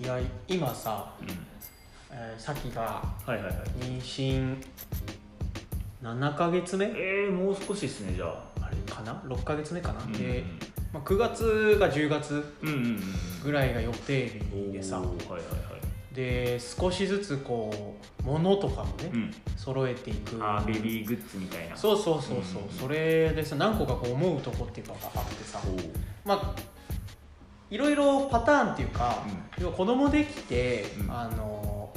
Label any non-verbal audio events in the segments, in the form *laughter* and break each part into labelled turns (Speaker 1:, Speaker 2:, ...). Speaker 1: 違い今さ、
Speaker 2: うん
Speaker 1: えー、さきが
Speaker 2: はいはいはい
Speaker 1: 妊娠7ヶ月目
Speaker 2: えー、もう少しですねじゃあ
Speaker 1: あれかな6ヶ月目かな、
Speaker 2: うん
Speaker 1: で、まあ、9月が10月
Speaker 2: うんうん
Speaker 1: ぐらいが予定
Speaker 2: うんう
Speaker 1: 日
Speaker 2: ん
Speaker 1: でさ
Speaker 2: おーはいはいはい
Speaker 1: で少しずつこう物とかもね、
Speaker 2: うん
Speaker 1: 揃えていく
Speaker 2: あーベビーグッズみたいな
Speaker 1: そうそうそうそう、
Speaker 2: うん
Speaker 1: それでさ何個かこう思うとこっていうかがあってさ
Speaker 2: おー
Speaker 1: まあいろいろパターンっていうか、要は子供できて、
Speaker 2: うん
Speaker 1: あの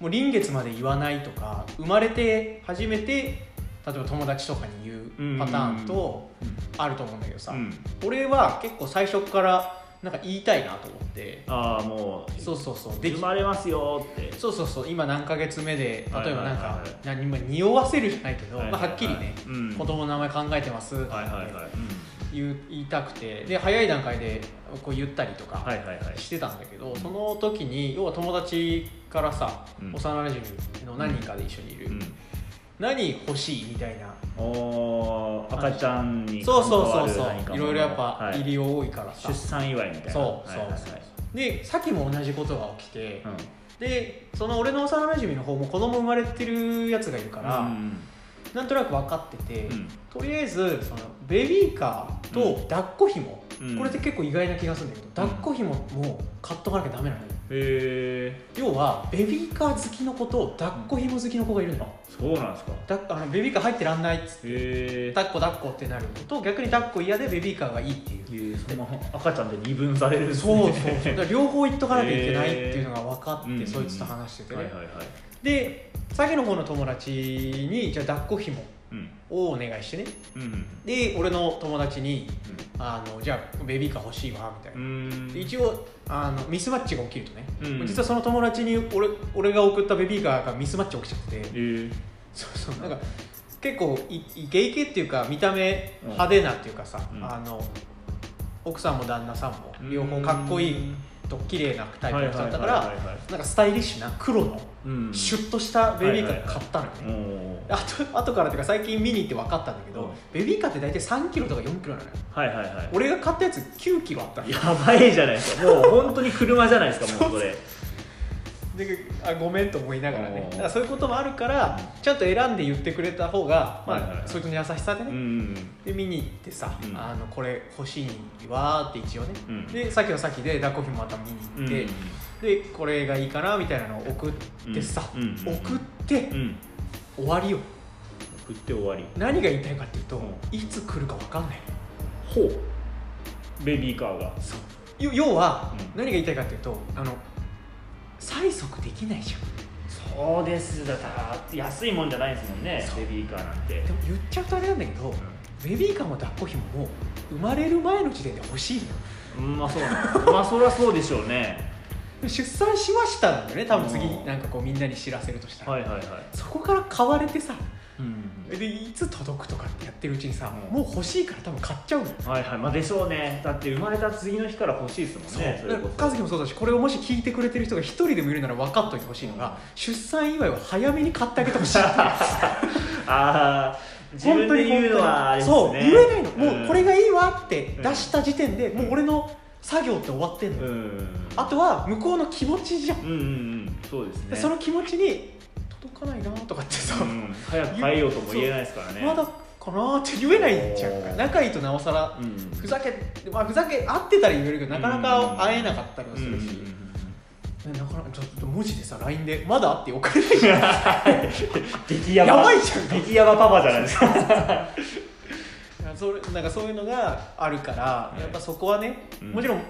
Speaker 1: もう臨月まで言わないとか生まれて初めて例えば友達とかに言うパターン
Speaker 2: うんう
Speaker 1: とあると思うんだけどさ、
Speaker 2: うんうん
Speaker 1: 俺は結構最初からなんか言いたいなと思って
Speaker 2: ああもう
Speaker 1: そうそうそうで
Speaker 2: 生
Speaker 1: き
Speaker 2: まれますよーって
Speaker 1: そうそうそう今何ヶ月目で例えばなん
Speaker 2: はい
Speaker 1: か
Speaker 2: はいはい
Speaker 1: 何も匂わせるじゃないけど、
Speaker 2: い
Speaker 1: まあ、はっきりね、
Speaker 2: いうん、
Speaker 1: 子供の名前考えてますと
Speaker 2: はいは
Speaker 1: か
Speaker 2: いはい、
Speaker 1: 言う言いたくてで早い段階でこう言ったりとか、
Speaker 2: はいはいはい
Speaker 1: してたんだけどその時に要は友達からさ、
Speaker 2: うん
Speaker 1: 幼なじみの何人かで一緒にいる、何欲しいみたいな
Speaker 2: うん、おー赤ちゃんに
Speaker 1: そうそうそう
Speaker 2: 関
Speaker 1: そ
Speaker 2: わる何か
Speaker 1: う
Speaker 2: も
Speaker 1: い
Speaker 2: の
Speaker 1: ろいろやっぱ
Speaker 2: はい
Speaker 1: 入り多いからさ、
Speaker 2: 出産祝いみたいな
Speaker 1: そうそうそう、
Speaker 2: はいはいはい
Speaker 1: でさっきも同じことが起きて、
Speaker 2: うん
Speaker 1: でその俺の幼なじみの方も子供生まれてるやつがいるから、
Speaker 2: うん
Speaker 1: なんとなく分かってて、
Speaker 2: うん
Speaker 1: とりあえずそのベビーカーと抱っこひも、
Speaker 2: うん
Speaker 1: これって結構意外な気がするんだけど、抱っこひもも買っとかなきゃダメなのよ
Speaker 2: へえ
Speaker 1: 要はベビーカー好きの子と抱っこひも好きの子がいるの,、
Speaker 2: そうなんですか
Speaker 1: だあのベビーカー入ってらんないっつって
Speaker 2: へえ
Speaker 1: 抱っこ抱っこってなるのと逆に抱っこ嫌でベビーカーがいいっていう
Speaker 2: その赤ちゃんで二分されるんです
Speaker 1: そうそうそう *laughs* だ
Speaker 2: ね
Speaker 1: から両方言っとかなきゃいけないっていうのが分かって、
Speaker 2: へー
Speaker 1: そいつと話しててね、
Speaker 2: はいはいはい
Speaker 1: で詐欺の方の友達にじゃあ抱っこひも
Speaker 2: うん
Speaker 1: をお願いしてね
Speaker 2: うんうん
Speaker 1: で俺の友達にあのじゃあベビーカー欲しいわみたいな
Speaker 2: う、ん
Speaker 1: で一応あのミスマッチが起きるとね、
Speaker 2: うん
Speaker 1: 実はその友達に俺俺が送ったベビーカーがミスマッチ起きちゃってて、
Speaker 2: へえ
Speaker 1: そうそうなんか結構いイケイケっていうか見た目派手なっていうかさ、
Speaker 2: うん
Speaker 1: あの奥さんも旦那さんも両方かっこいいと綺麗なタイプの人だったか
Speaker 2: はいはい
Speaker 1: ら
Speaker 2: はいはい
Speaker 1: なんかスタイリッシュな黒の
Speaker 2: うん
Speaker 1: シュッとしたベビーカー買ったのよね、
Speaker 2: おー
Speaker 1: あと後からっていうか最近見に行って分かったんだけど、
Speaker 2: うん
Speaker 1: ベビーカーって大体3キロとか4キロなのよ
Speaker 2: はいはいはい
Speaker 1: 俺が買ったやつ9キロあったのよ
Speaker 2: やばいじゃないですかもう本当に車じゃないですかもうそれ
Speaker 1: であごめんと思いながらね
Speaker 2: おー
Speaker 1: だからそういうこともあるからちゃんと選んで言ってくれた方が、まあ
Speaker 2: はいはいはい
Speaker 1: そいつの優しさでね、
Speaker 2: ん
Speaker 1: で見に行ってさ、
Speaker 2: うん
Speaker 1: あのこれ欲しいわーって一応ね、
Speaker 2: うん
Speaker 1: でさっきはさっきで抱っこひもまた見に行って、でこれがいいかなみたいなのを送ってさ、
Speaker 2: うんうん
Speaker 1: 送って
Speaker 2: うん
Speaker 1: 終わりよ
Speaker 2: 送って終わり
Speaker 1: 何が言いたいかっていうと、
Speaker 2: うん
Speaker 1: いつ来るか分かんない
Speaker 2: ほうベビーカーが
Speaker 1: そう要要は、
Speaker 2: うん
Speaker 1: 何が言いたいかっていうとあの催促できないじゃん
Speaker 2: そうですだから安いもんじゃないですもんね
Speaker 1: そう
Speaker 2: ベビーカーなんて
Speaker 1: でも言っちゃうとあれなんだけど、ベビーカーも抱っこひもも生まれる前の時点で欲しいのよ
Speaker 2: うんまあそうなん *laughs* ですまあそりゃそうでしょうね
Speaker 1: 出産しましたなんだよね多分次
Speaker 2: うん
Speaker 1: なんかこうみんなに知らせるとしたら、
Speaker 2: はいはいはい
Speaker 1: そこから買われてさ
Speaker 2: うん
Speaker 1: でいつ届くとかってやってるうちにさ、
Speaker 2: うん
Speaker 1: もう欲しいから多分買っちゃうのよ、
Speaker 2: はいはいまあでしょうねだって生まれた次の日から欲しいですもんね
Speaker 1: だ
Speaker 2: れこ
Speaker 1: から和樹もそうだしこれをもし聞いてくれてる人が一人でもいるなら分かっておいてほしいのが、
Speaker 2: うん
Speaker 1: *laughs* 出産祝いは早めに買ってあげてほしい *laughs*
Speaker 2: ああ自
Speaker 1: 本
Speaker 2: 分
Speaker 1: 当
Speaker 2: で
Speaker 1: に
Speaker 2: 言うのはあれ
Speaker 1: 本当に
Speaker 2: ですね
Speaker 1: そう言えないのもうこれ
Speaker 2: が
Speaker 1: がいいわって出した時点で、もう俺の作業って終わってんの
Speaker 2: う
Speaker 1: よ、
Speaker 2: ん
Speaker 1: あとは向こうの気持ちじゃん、
Speaker 2: うんうんうんそうです
Speaker 1: で
Speaker 2: ね
Speaker 1: その気持ちに届かないなとかってさ、
Speaker 2: うん、早く変えようとも言えないですからね
Speaker 1: まだかなって言えないじゃんか
Speaker 2: おー
Speaker 1: 仲いいとなおさら
Speaker 2: うんうん
Speaker 1: ふざけ、まあ、ふざけ合ってたら言えるけどなかなか会えなかったりもするし、ねなかなかちょっと文字でさ LINE で「まだ?」って送れないじゃん
Speaker 2: 激
Speaker 1: や
Speaker 2: ヤバ
Speaker 1: ばいじゃん
Speaker 2: 激ヤバパパじゃないですか
Speaker 1: それなんかそういうのがあるから、
Speaker 2: い
Speaker 1: やっぱそこはね、
Speaker 2: うん
Speaker 1: もちろん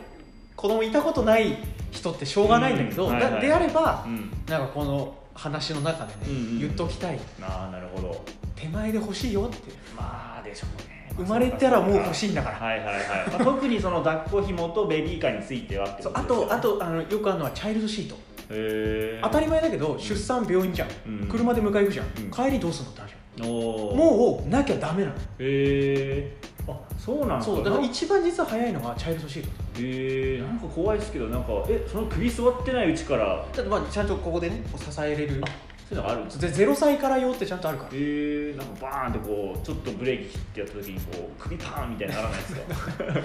Speaker 1: 子供いたことない人ってしょうがないんだけど、
Speaker 2: うんはいはい
Speaker 1: だであれば
Speaker 2: う、ん
Speaker 1: なんかこの話の中でね、
Speaker 2: うんうん
Speaker 1: 言っときたい
Speaker 2: ああなるほど
Speaker 1: 手前で欲しいよって
Speaker 2: まあでしょうね
Speaker 1: 生まれたらもう欲しいんだから
Speaker 2: はいはいはい、まあ、特にその抱っこ紐とベビーカーについてはって
Speaker 1: そう
Speaker 2: こ
Speaker 1: あ
Speaker 2: ですよね
Speaker 1: とあとあのよくあるのはチャイルドシート
Speaker 2: へえ
Speaker 1: 当たり前だけど出産病院じゃん、
Speaker 2: うん
Speaker 1: 車で迎え行くじゃん、
Speaker 2: うん
Speaker 1: 帰りどうすんのって話
Speaker 2: おー
Speaker 1: もうなきゃダメなの
Speaker 2: へえあそうなんですか
Speaker 1: そうだから一番実は早いのがチャイルドシート
Speaker 2: へえんか怖いですけどなんかえその首座ってないうちから
Speaker 1: だってまあちゃんとここでねこう支えれる
Speaker 2: そういうのがあるんです
Speaker 1: で0歳から用ってちゃんとあるから
Speaker 2: へえなんかバーンってこうちょっとブレーキ切ってやった時にこう首パーンみたいになら
Speaker 1: *laughs*
Speaker 2: ないですか
Speaker 1: だか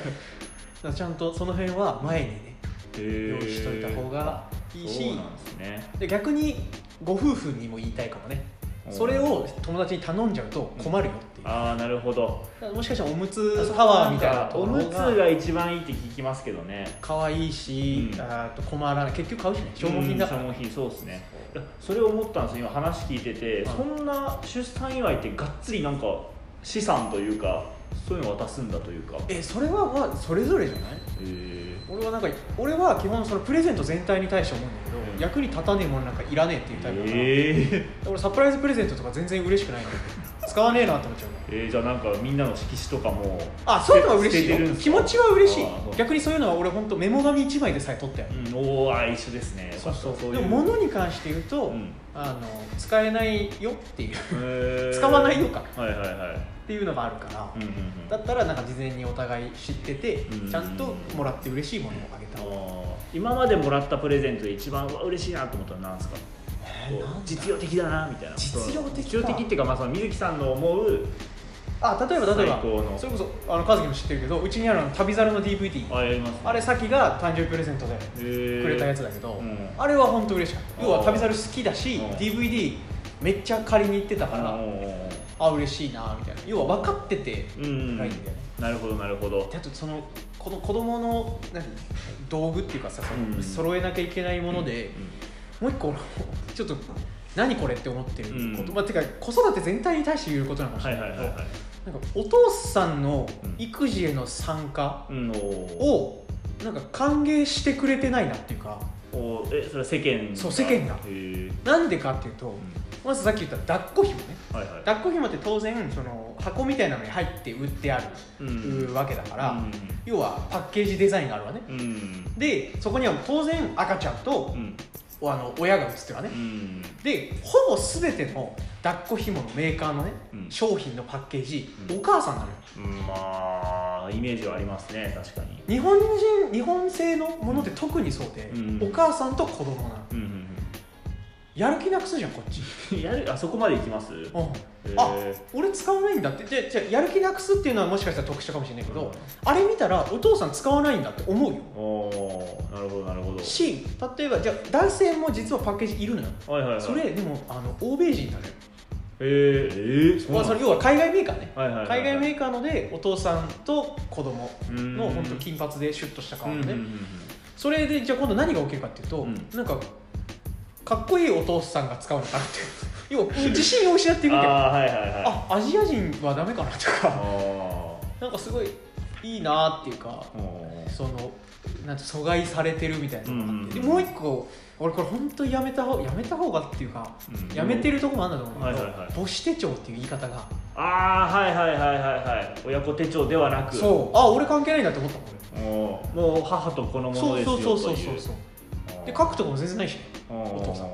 Speaker 1: らちゃんとその辺は前にね
Speaker 2: へ
Speaker 1: 用意しといた方がいい
Speaker 2: そう
Speaker 1: し
Speaker 2: なんですね
Speaker 1: で逆にご夫婦にも言いたいかもねそれを友達に頼んじゃうと困るよっていう、だ
Speaker 2: ああなるほど
Speaker 1: からもしかしたらおむつタワーみたいなと
Speaker 2: お
Speaker 1: ころ
Speaker 2: むつ
Speaker 1: が
Speaker 2: が一番いいって聞きますけどね
Speaker 1: 可愛いし、
Speaker 2: うん
Speaker 1: あと困らない結局買うしね消耗品だから、
Speaker 2: うん消耗品そうですねいやそれを思ったんですよ今話聞いてて、
Speaker 1: はい
Speaker 2: そんな出産祝いってがっつりなんか資産というかそういうの渡すんだというか
Speaker 1: えそれはまあそれぞれじゃない
Speaker 2: え
Speaker 1: 俺はなんか俺は基本そのプレゼント全体に対して思うんだけど、
Speaker 2: うん
Speaker 1: 役に立たねえものなんかいらねえっていうタイプだから、
Speaker 2: え
Speaker 1: 俺サプライズプレゼントとか全然嬉しくないの使わねえなって思っちゃう
Speaker 2: えーじゃあなんかみんなの色紙とかも
Speaker 1: あそういうのは嬉しい
Speaker 2: 捨ててるん
Speaker 1: よ
Speaker 2: です
Speaker 1: 気
Speaker 2: か
Speaker 1: 持ちは嬉しい
Speaker 2: あーそう
Speaker 1: 逆にそういうのは俺本当メモ紙1枚でさえ取ったよ、
Speaker 2: うん、おーあー一緒ですね
Speaker 1: そうそう
Speaker 2: そう
Speaker 1: で
Speaker 2: いう
Speaker 1: も物に関して言うと、
Speaker 2: うん
Speaker 1: あの使えないよっていうっ
Speaker 2: へー
Speaker 1: 使わないのか
Speaker 2: はいはいはい
Speaker 1: ていうのがあるから、
Speaker 2: うんうんうん
Speaker 1: だったらなんか事前にお互い知ってて、
Speaker 2: うん
Speaker 1: ちゃんともらって嬉しいものをあげた
Speaker 2: あ
Speaker 1: 方が、
Speaker 2: ー今までもらったプレゼントで一番うわ嬉しいなと思ったのは何ですか
Speaker 1: えー
Speaker 2: こう
Speaker 1: なんだ
Speaker 2: 実用的だなみたいな
Speaker 1: 実用的か
Speaker 2: 実用的っていうか、まあ、その水木さんの思う
Speaker 1: あ例えば例えば
Speaker 2: 最高の
Speaker 1: それこそあの和樹も知ってるけどうちにあるあの旅猿の DVD
Speaker 2: あやりますね
Speaker 1: あれさっきが誕生日プレゼントで
Speaker 2: へー
Speaker 1: くれたやつだけど、
Speaker 2: うん
Speaker 1: あれは本当嬉しかった要
Speaker 2: あ
Speaker 1: は
Speaker 2: ー
Speaker 1: 旅猿好きだし
Speaker 2: うん
Speaker 1: DVD めっちゃ借りに行ってたか
Speaker 2: あ
Speaker 1: ら
Speaker 2: の
Speaker 1: あ嬉しいなみたいな要は分かってて
Speaker 2: ーうん
Speaker 1: ラインだよね
Speaker 2: なるほどなるほど
Speaker 1: であとそのこの子供の何道具っていうかさ、その
Speaker 2: うん
Speaker 1: 揃えなきゃいけないもので、もう一個 *laughs* 俺もちょっと何これって思ってること、
Speaker 2: うん
Speaker 1: まあ、てか子育て全体に対して言うことなのかもし
Speaker 2: は
Speaker 1: れ
Speaker 2: い
Speaker 1: な
Speaker 2: はい
Speaker 1: い
Speaker 2: は
Speaker 1: けど、
Speaker 2: いはい
Speaker 1: なんかお父さんの
Speaker 2: うん
Speaker 1: 育児への参加
Speaker 2: うんおー
Speaker 1: をなんか歓迎してくれてないなっていうか
Speaker 2: おーえそれは世間
Speaker 1: そう世間が
Speaker 2: へー
Speaker 1: なんでかっていうと、
Speaker 2: うん
Speaker 1: まずさっき言った抱っこ紐ね
Speaker 2: はいはい
Speaker 1: 抱っこ紐って当然その箱みたいなのに入って売ってあ
Speaker 2: う
Speaker 1: る、
Speaker 2: ん
Speaker 1: わけだから、
Speaker 2: うん
Speaker 1: 要はパッケージデザインがあるわね
Speaker 2: うん
Speaker 1: でそこには当然赤ちゃんと
Speaker 2: う、ん
Speaker 1: あの親が写ってるわね、
Speaker 2: うん
Speaker 1: でほぼ全ての抱っこ紐のメーカーのね、
Speaker 2: うん
Speaker 1: 商品のパッケージ、
Speaker 2: うん
Speaker 1: お母さんなのよ
Speaker 2: うんまあイメージはありますね確かに
Speaker 1: 日本人日本製のものって特にそうで、
Speaker 2: うん
Speaker 1: お母さんと子供なの
Speaker 2: うん
Speaker 1: やる気なくすじゃんこっち、
Speaker 2: うんうんやるあそこまで行きます
Speaker 1: うんあ
Speaker 2: へー
Speaker 1: 俺使わないんだってじゃあじゃあやる気なくすっていうのはもしかしたら特殊かもしれないけど、
Speaker 2: うん
Speaker 1: あれ見たらお父さん使わないんだって思うよ
Speaker 2: おーなるほどなるほど
Speaker 1: し例えばじゃあ男性も実はパッケージいるのよ
Speaker 2: はいはいはい
Speaker 1: それでもあの欧米人だね、
Speaker 2: えー、えー、
Speaker 1: まあ、それ要は海外メーカーね
Speaker 2: はいはいはいはい
Speaker 1: 海外メーカーのでお父さんと子供の
Speaker 2: うん
Speaker 1: 本当金髪でシュッとした顔
Speaker 2: う
Speaker 1: の
Speaker 2: んうんうんう
Speaker 1: ね
Speaker 2: ん
Speaker 1: それでじゃあ今度何が起きるかっていうと、
Speaker 2: うん
Speaker 1: なんかかっこいいお父さんが使うのかなって
Speaker 2: *laughs*
Speaker 1: 要は自信を失っていくわけど
Speaker 2: ああはいはいはい
Speaker 1: あアジア人はダメかなとか
Speaker 2: あ
Speaker 1: なんかすごいいいなっていうか
Speaker 2: ーおー
Speaker 1: そのなんて阻害されてるみたいなのがあって、
Speaker 2: う
Speaker 1: で
Speaker 2: ん
Speaker 1: もう一個俺これ本当やめた方やめた方がっていうか、
Speaker 2: うん
Speaker 1: やめてるとこもあるんだと思うんだけど、
Speaker 2: はいはいはい
Speaker 1: 母子手帳っていう言い方が
Speaker 2: あーはいはいはいはいはい親子手帳ではなく
Speaker 1: そうあ俺関係ないんだって思ったもん
Speaker 2: うもうもう母と子のもの
Speaker 1: 俺
Speaker 2: ですよ
Speaker 1: そうそうそ
Speaker 2: という
Speaker 1: うそうそうで書くとこも全然ないしね
Speaker 2: お
Speaker 1: お父さん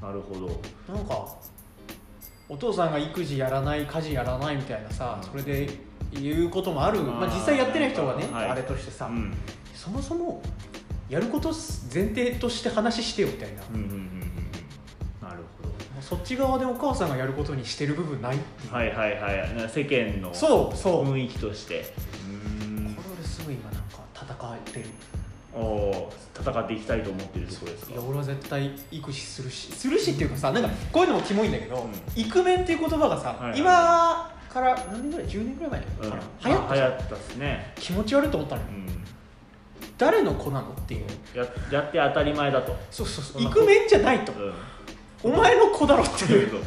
Speaker 2: なるほど
Speaker 1: なんかお父さんが育児やらない家事やらないみたいなさそれで言うこともあるまあ、実際やってない人はね、
Speaker 2: はい
Speaker 1: あれとしてさ、
Speaker 2: うん
Speaker 1: そもそもやること前提として話してよみたいな、
Speaker 2: うんうんうんうんうんなるほど
Speaker 1: そっち側でお母さんがやることにしてる部分ない
Speaker 2: はいはいはいな世間の
Speaker 1: そうそう、こ
Speaker 2: 雰囲気としてうん
Speaker 1: れ俺すぐ今なんか戦ってる
Speaker 2: おー戦っていきたいと思ってるところですか
Speaker 1: いや俺は絶対育児するしするしっていうかさなんかこういうのもキモいんだけど、
Speaker 2: うん
Speaker 1: イクメンっていう言葉がさ、
Speaker 2: はいはい
Speaker 1: 今から何年ぐらい10年ぐらい
Speaker 2: うん
Speaker 1: 前かな、流行っ
Speaker 2: まあ
Speaker 1: た
Speaker 2: 流
Speaker 1: じゃん
Speaker 2: 行ったですね
Speaker 1: 気持ち悪いと思ったのよ
Speaker 2: うん
Speaker 1: 誰の子なのっていう
Speaker 2: ややって当たり前だと、
Speaker 1: そうそう
Speaker 2: そ
Speaker 1: そ
Speaker 2: ん
Speaker 1: う
Speaker 2: な
Speaker 1: イ
Speaker 2: こと
Speaker 1: クメンじゃないと
Speaker 2: うん、
Speaker 1: お
Speaker 2: *laughs*
Speaker 1: 前の子だろって
Speaker 2: そう
Speaker 1: い
Speaker 2: いう
Speaker 1: う
Speaker 2: こと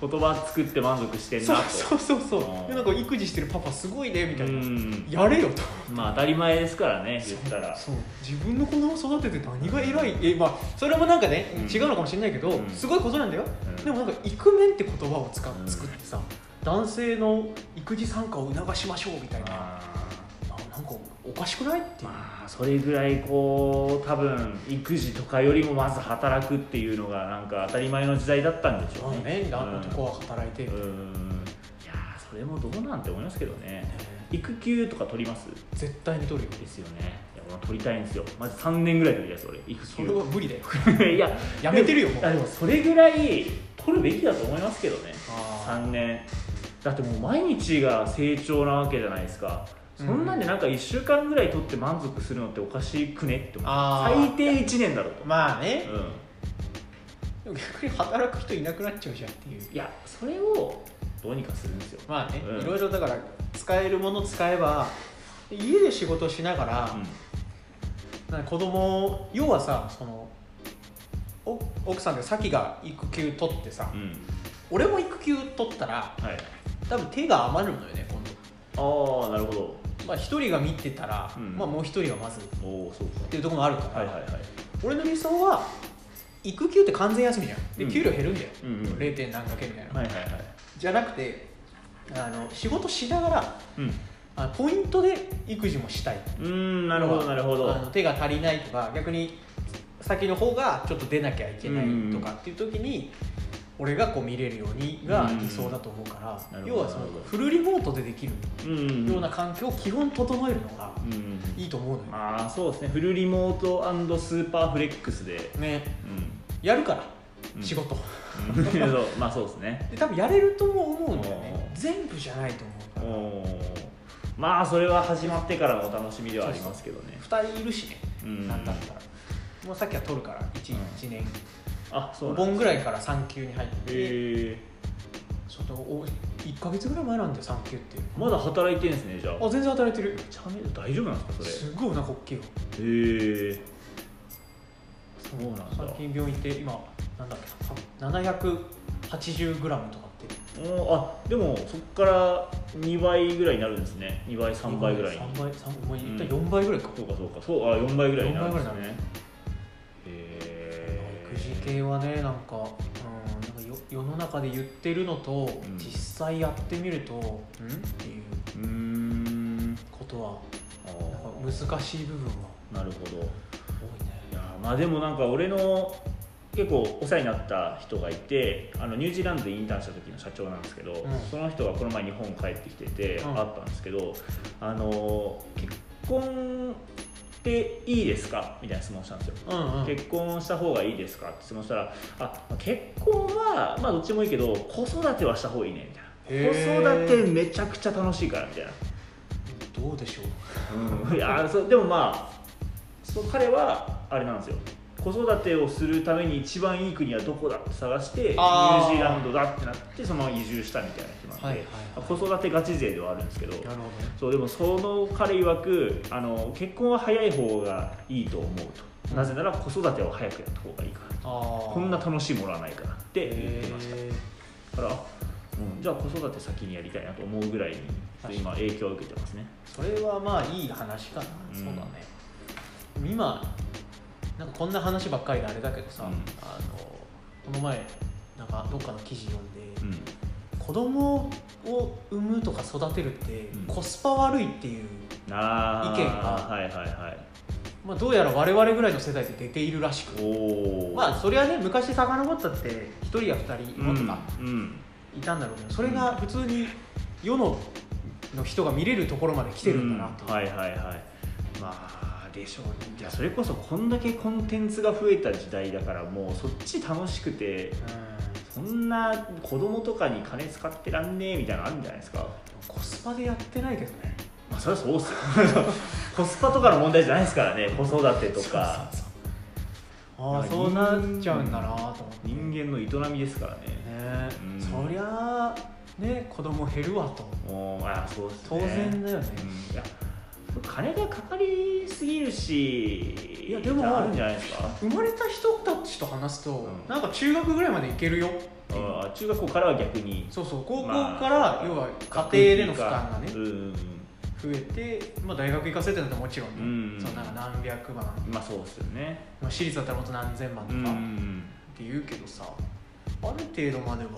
Speaker 2: 言葉作って満足してん
Speaker 1: そ
Speaker 2: な
Speaker 1: う
Speaker 2: と
Speaker 1: そうそうそう
Speaker 2: あー
Speaker 1: でなんか育児してるパパすごいねみたいな、
Speaker 2: ん
Speaker 1: やれよと
Speaker 2: まあ当たり前ですからね言ったら
Speaker 1: そう自分の子供育てて何が偉いえまあそれもなんかね、
Speaker 2: うん
Speaker 1: 違うのかもしれないけど、
Speaker 2: うん
Speaker 1: すごいことなんだよ、
Speaker 2: うん
Speaker 1: でもなんかイクメンって言葉を使っ
Speaker 2: うん
Speaker 1: 作ってさ、男性の育児参加を促しましょうみたいな、
Speaker 2: ま
Speaker 1: あなんかおかしくないってい
Speaker 2: あ
Speaker 1: う、
Speaker 2: まあそれぐらいこう多分育児とかよりもまず働くっていうのがなんか当たり前の時代だったんでし
Speaker 1: ま
Speaker 2: ょ
Speaker 1: あ
Speaker 2: うね
Speaker 1: ね、
Speaker 2: うん
Speaker 1: 男は働いてる、
Speaker 2: う
Speaker 1: ね
Speaker 2: んいやーそれもどうなんて思いますけどね育休とか取ります
Speaker 1: 絶対に取るよ
Speaker 2: ですよねいや俺も取りたいんですよまず3年ぐらい取りたいです俺
Speaker 1: それは
Speaker 2: 育
Speaker 1: 無理だよ
Speaker 2: 休いや *laughs*
Speaker 1: やめてるよもう
Speaker 2: あでもそれぐらい取るべきだと思いますけどね
Speaker 1: あー
Speaker 2: 3年だってもう毎日が成長なわけじゃないですかそんなんでなんか1週間ぐらい取って満足するのっておかしくねって思
Speaker 1: あ
Speaker 2: う
Speaker 1: ー
Speaker 2: 最低1年だろうと、
Speaker 1: まあね
Speaker 2: うん、
Speaker 1: でも逆に働く人いなくなっちゃうじゃんっていう
Speaker 2: いやそれをどうにかするんですよ、
Speaker 1: まあね、
Speaker 2: うん
Speaker 1: いろいろだから使えるもの使えば家で仕事しながら、なんか子供を要はさそのお奥さんで先が育休取ってさ、
Speaker 2: うん
Speaker 1: 俺も育休取ったら
Speaker 2: はい
Speaker 1: 多分手が余るのよね今
Speaker 2: ああなるほど
Speaker 1: 度まあ一人が見てたら、
Speaker 2: うん
Speaker 1: まあもう一人はまずっ
Speaker 2: おおそう
Speaker 1: ていうところもあるか、
Speaker 2: からはいはいはい
Speaker 1: 俺の理想は育休って完全休みじゃんで
Speaker 2: うん
Speaker 1: 給料減るんだよ、
Speaker 2: うんうん
Speaker 1: 0. 点何かけみたいな、
Speaker 2: はいはいはい
Speaker 1: じゃなくてあの仕事しながら
Speaker 2: うん
Speaker 1: あポイントで育児もしたいう
Speaker 2: ーんなるほどなるほど
Speaker 1: あの手が足りないとか逆に先の方がちょっと出なきゃいけないとかっていう時に、俺がこう見れるようにが理想だと思うか
Speaker 2: うん
Speaker 1: ら、
Speaker 2: うん
Speaker 1: 要はその
Speaker 2: なるほど
Speaker 1: フルリモートでできる
Speaker 2: うんうんうん
Speaker 1: ような環境を基本整えるのが
Speaker 2: うんうん
Speaker 1: いいと思うのよ、
Speaker 2: まあそうですねフルリモートスーパーフレックスで
Speaker 1: ね
Speaker 2: う
Speaker 1: やるから、
Speaker 2: うん
Speaker 1: 仕事
Speaker 2: ん *laughs* そうまあそうですね
Speaker 1: で多分やれるとも思うんだよね
Speaker 2: おー
Speaker 1: 全部じゃないと思う
Speaker 2: お
Speaker 1: から
Speaker 2: ーまあそれは始まってからのお楽しみではありますけどね
Speaker 1: 2人いるしね、
Speaker 2: うん
Speaker 1: なんだったらもうさっきは取るから1、
Speaker 2: うん
Speaker 1: 一年
Speaker 2: あそう
Speaker 1: お
Speaker 2: なん
Speaker 1: 盆
Speaker 2: だ
Speaker 1: ぐらいから産休に入って、
Speaker 2: へえ
Speaker 1: ちょっとお1か月ぐらい前なんだよ産休っていう
Speaker 2: まだ働いてんですねじゃあ
Speaker 1: あ全然働いてる
Speaker 2: チャメ大丈夫なんですか
Speaker 1: すごいお腹大きいよ
Speaker 2: それへえそうなんだ
Speaker 1: 最近病院行って今なんだっけな 780g とかって
Speaker 2: おあでもそこから2倍ぐらいになるんですね2倍3倍ぐらいに
Speaker 1: 3倍3倍
Speaker 2: うん
Speaker 1: いった4倍ぐらいか、
Speaker 2: そうかそうかそうあ4倍ぐらいになるんで
Speaker 1: 4
Speaker 2: す
Speaker 1: 倍ぐらい
Speaker 2: ねへえ
Speaker 1: 育児系はねなんか,、うん、なんかよ世の中で言ってるのと、
Speaker 2: ん
Speaker 1: 実際やってみると、うん、っていう
Speaker 2: うーん
Speaker 1: ことは
Speaker 2: あ
Speaker 1: なんか難しい部分は
Speaker 2: ーなるほど
Speaker 1: 多いね
Speaker 2: いやーまあでもなんか俺の結構お世話になった人がいてあのニュージーランドでインターンした時の社長なんですけど、
Speaker 1: ん
Speaker 2: その人がこの前日本帰ってきてて、
Speaker 1: うん
Speaker 2: あったんですけどあのー結婚っていいですかみたいな質問したんですよ
Speaker 1: うんうん
Speaker 2: 結婚した方がいいですかって質問したらあ結婚はまあどっちもいいけど子育てはした方がいいねみたい
Speaker 1: へー
Speaker 2: な子育てめちゃくちゃ楽しいからみたいな
Speaker 1: どうでしょう
Speaker 2: うんいやそうでもまあそう彼はあれなんですよ子育てをするために一番いい国はどこだって探してニュ
Speaker 1: あー
Speaker 2: ージーランドだってなってその移住したみたいな人なんで、
Speaker 1: はいはいはい
Speaker 2: 子育てガチ勢ではあるんですけど
Speaker 1: なるほどね
Speaker 2: そうでもその彼曰くあの結婚は早い方がいいと思うと、
Speaker 1: うん
Speaker 2: なぜなら子育てを早くやった方がいいから
Speaker 1: ああ
Speaker 2: こんな楽しいものはないからって言ってました
Speaker 1: へ
Speaker 2: から、うん、じゃあ子育て先にやりたいなと思うぐらいにちょっと今影響を受けてますね
Speaker 1: ーそれはまあいい話かな、
Speaker 2: うん
Speaker 1: そうだね今なんかこんな話ばっかりであれだけどさ、
Speaker 2: うん
Speaker 1: あのこの前なんかどっかの記事読んで、
Speaker 2: うん
Speaker 1: 子供を産むとか育てるって
Speaker 2: うん
Speaker 1: コスパ悪いっていう、
Speaker 2: あー
Speaker 1: 意見が
Speaker 2: はいはいはい
Speaker 1: まあ、どうやら我々ぐらいの世代で出ているらしく
Speaker 2: おお
Speaker 1: まあそれはね昔遡ったって1人や2人
Speaker 2: う
Speaker 1: もと
Speaker 2: ん
Speaker 1: か
Speaker 2: うん
Speaker 1: いたんだろうけどそれが普通に世のの人が見れるところまで来てるんだなと、
Speaker 2: うんはいはいはいまあでしょうねいやそれこそこんだけコンテンツが増えた時代だからもうそっち楽しくて
Speaker 1: うん
Speaker 2: そんな子供とかに金使ってらんねえみたいなのあるんじゃないですか
Speaker 1: コスパでやってないけどね
Speaker 2: まあそれはそうっすよ *laughs* コスパとかの問題じゃないですからね子育て
Speaker 1: そう
Speaker 2: とか
Speaker 1: そうそうああ
Speaker 2: いや
Speaker 1: そうなっちゃうんだなと思ってね
Speaker 2: 人間の営みですからねうん
Speaker 1: そりゃあね子供減るわと
Speaker 2: もうああそうっすね
Speaker 1: 当然だよね
Speaker 2: うんいや金がかかりすぎるし
Speaker 1: いやでも
Speaker 2: あるんじゃないですか
Speaker 1: 生まれた人たちと話すと、
Speaker 2: うん
Speaker 1: なんか中学ぐらいまでいけるよっていう
Speaker 2: ああ中学校からは逆に
Speaker 1: そうそう高校から
Speaker 2: まあ、
Speaker 1: 要は家庭での負担がね
Speaker 2: うんうん
Speaker 1: 増えて、まあ、大学行かせてるのももちろんね、
Speaker 2: うん
Speaker 1: そのなんか何百万、
Speaker 2: うんまあそうっすよね
Speaker 1: まあ、私立だったらもっと何千万と
Speaker 2: うんう
Speaker 1: かっ
Speaker 2: ん
Speaker 1: て言うけどさ、ある程度までは、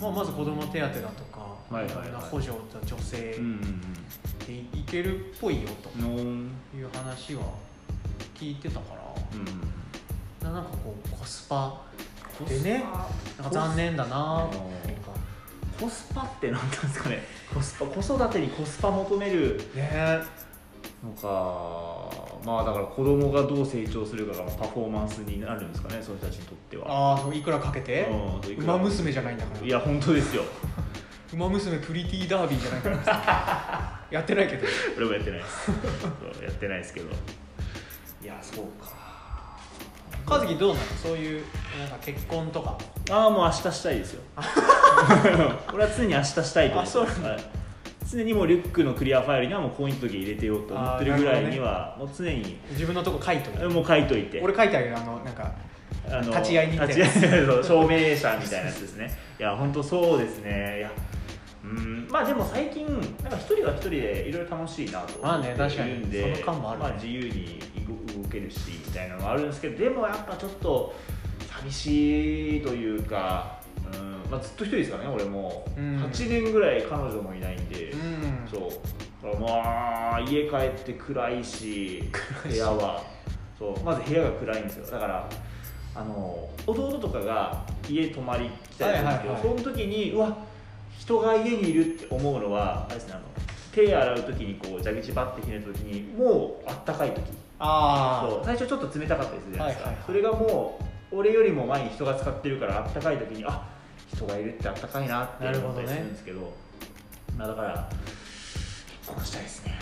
Speaker 1: まあ、まず子供手当だとか、
Speaker 2: はいはいはい
Speaker 1: ろんな補助と助成
Speaker 2: うん
Speaker 1: でいけるっぽいよ
Speaker 2: うんうんうん
Speaker 1: という話は聞いてたからなんかこうコスパ
Speaker 2: うん
Speaker 1: でねなんか残念だなっていうか
Speaker 2: コスパって何なんですかねコスパ子育てにコスパ求める
Speaker 1: ねえ
Speaker 2: のかまあだから子供がどう成長するかがパフォーマンスになるんですかねその人たちにとっては
Speaker 1: ああいくらかけて
Speaker 2: うん
Speaker 1: 馬娘じゃないんだから
Speaker 2: いや本当ですよ
Speaker 1: 「ウマ娘プリティダービー」じゃないかな
Speaker 2: *laughs*
Speaker 1: やってないけど
Speaker 2: 俺もやってないですそうやってないですけどいやそうか
Speaker 1: 和樹どうなのそういうなんか結婚とか
Speaker 2: ああもう明日したいですよ *laughs* 俺は常に明日したいと思ってま
Speaker 1: あ
Speaker 2: す
Speaker 1: そうなんだ
Speaker 2: はい常にもうリュックのクリアファイルにはもう婚姻届入れてようと思ってるぐらいにはもう常に
Speaker 1: 自分のとこ書いとる
Speaker 2: もう書いといて
Speaker 1: 俺書いてあげるあのなんか
Speaker 2: あの
Speaker 1: 立ち会い人みたいな
Speaker 2: 立ち会いそう証明者みたいなやつですねいや本当そうですねいやうんまあでも最近なんか一人は一人でいろいろ楽しいなと
Speaker 1: まあね
Speaker 2: 思っ
Speaker 1: 確
Speaker 2: て
Speaker 1: かに
Speaker 2: いるんで
Speaker 1: その感もあるね
Speaker 2: まあ、自由に動動けるしみたいなのがあるんですけどでもやっぱちょっと寂しいというか、うんまあ、ずっと一人ですからね俺も、
Speaker 1: うん
Speaker 2: 8年ぐらい彼女もいないんで、
Speaker 1: うん
Speaker 2: そうだからまあ家帰って暗いし部屋はそうまず部屋が暗いんですよだからあの弟とかが家泊まり来たりするんですけど、
Speaker 1: はいはい
Speaker 2: その時にうわ人が家にいるって思うのはあれですねあの手洗う時にこう蛇口バッてひねった時にもうあったかい時そ
Speaker 1: あ
Speaker 2: う最初ちょっと冷たかったりするじゃないですか、
Speaker 1: はいはいはい
Speaker 2: それがもう俺よりも前に人が使ってるからあったかい時にあ人がいるってあったかいなって
Speaker 1: なる
Speaker 2: 思
Speaker 1: ほ
Speaker 2: っ
Speaker 1: ど
Speaker 2: た
Speaker 1: ね
Speaker 2: りするんですけどまあだから結婚したいですね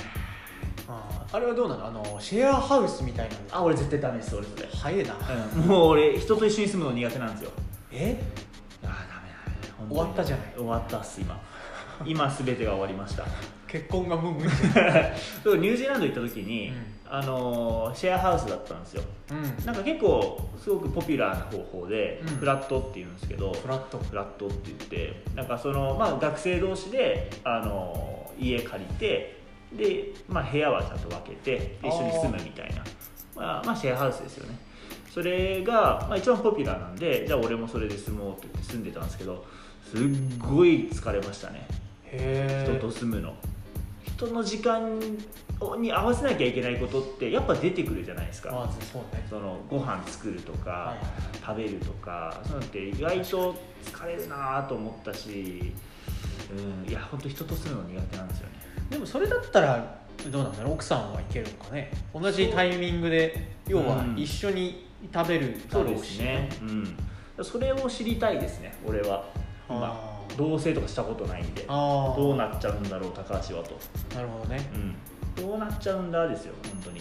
Speaker 1: ああれはどうなのあのシェアハウスみたいなの
Speaker 2: あ俺絶対ダメです俺それ、
Speaker 1: 早いな
Speaker 2: うん、もう俺人と一緒に住むの苦手なんですよ
Speaker 1: え
Speaker 2: ああダメだね
Speaker 1: 終わったじゃない
Speaker 2: 終わったっ
Speaker 1: *laughs*
Speaker 2: す今今全てが終わりました
Speaker 1: 結婚がもう無理
Speaker 2: そうニュージーランド行った時に、
Speaker 1: うん
Speaker 2: あのーシェアハウスだったんですよ
Speaker 1: うん
Speaker 2: なんか結構すごくポピュラーな方法で、
Speaker 1: うん
Speaker 2: フラットっていうんですけど
Speaker 1: フラット
Speaker 2: フラットって言ってなんかその、まあ、学生同士であの家借りてで、まあ、部屋はちゃんと分けて一緒に住むみたいなまあ、まあシェアハウスですよねそれが、まあ、一番ポピュラーなんでじゃあ俺もそれで住もうって言って住んでたんですけどすっごい疲れましたね
Speaker 1: へ
Speaker 2: 人と住むの人の時間に合わせなきゃいけないことってやっぱ出てくるじゃないですか、
Speaker 1: まずそうね
Speaker 2: そのご飯作るとか、
Speaker 1: はい
Speaker 2: 食べるとかそういうのって意外と疲れるなと思ったし、うん、いや本当人とするの苦手なんですよね
Speaker 1: でもそれだったらどうなんだろう奥さんはいけるのかね同じタイミングで要は
Speaker 2: うん
Speaker 1: 一緒に食べるだ
Speaker 2: そう
Speaker 1: ろ
Speaker 2: で
Speaker 1: う
Speaker 2: す
Speaker 1: し
Speaker 2: ね、うん、それを知りたいですね俺は今
Speaker 1: あー
Speaker 2: 同棲とかしたことないんで
Speaker 1: あー
Speaker 2: どうなっちゃうんだろう高橋はと、
Speaker 1: なるほどね
Speaker 2: うん、どうなっちゃうんだですよ本当に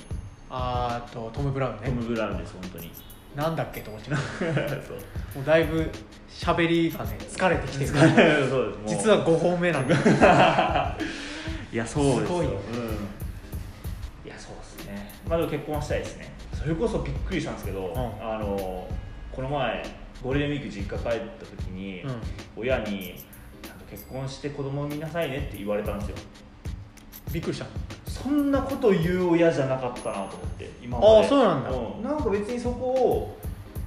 Speaker 1: あーあとトム・ブラウン
Speaker 2: ト
Speaker 1: ね
Speaker 2: ム・ブラウンです本当に
Speaker 1: なんだっけと思ってた
Speaker 2: そう
Speaker 1: もうだいぶ喋りがね疲れてきてる
Speaker 2: *laughs* そうですもう
Speaker 1: 実は5本目なんだ
Speaker 2: *laughs* いやそうです
Speaker 1: すごいよね
Speaker 2: うん、いやそうですねまあでも結婚はしたいですねそれこそびっくりしたんですけど、
Speaker 1: ん
Speaker 2: あのこの前ゴールデンウィーク実家帰った時に、
Speaker 1: うん
Speaker 2: 親にちゃんと結婚して子供を産みなさいねって言われたんですよ
Speaker 1: びっくりした
Speaker 2: そんなこと言う親じゃなかったなと思って今
Speaker 1: あーそうなんだ
Speaker 2: なんか別にそこを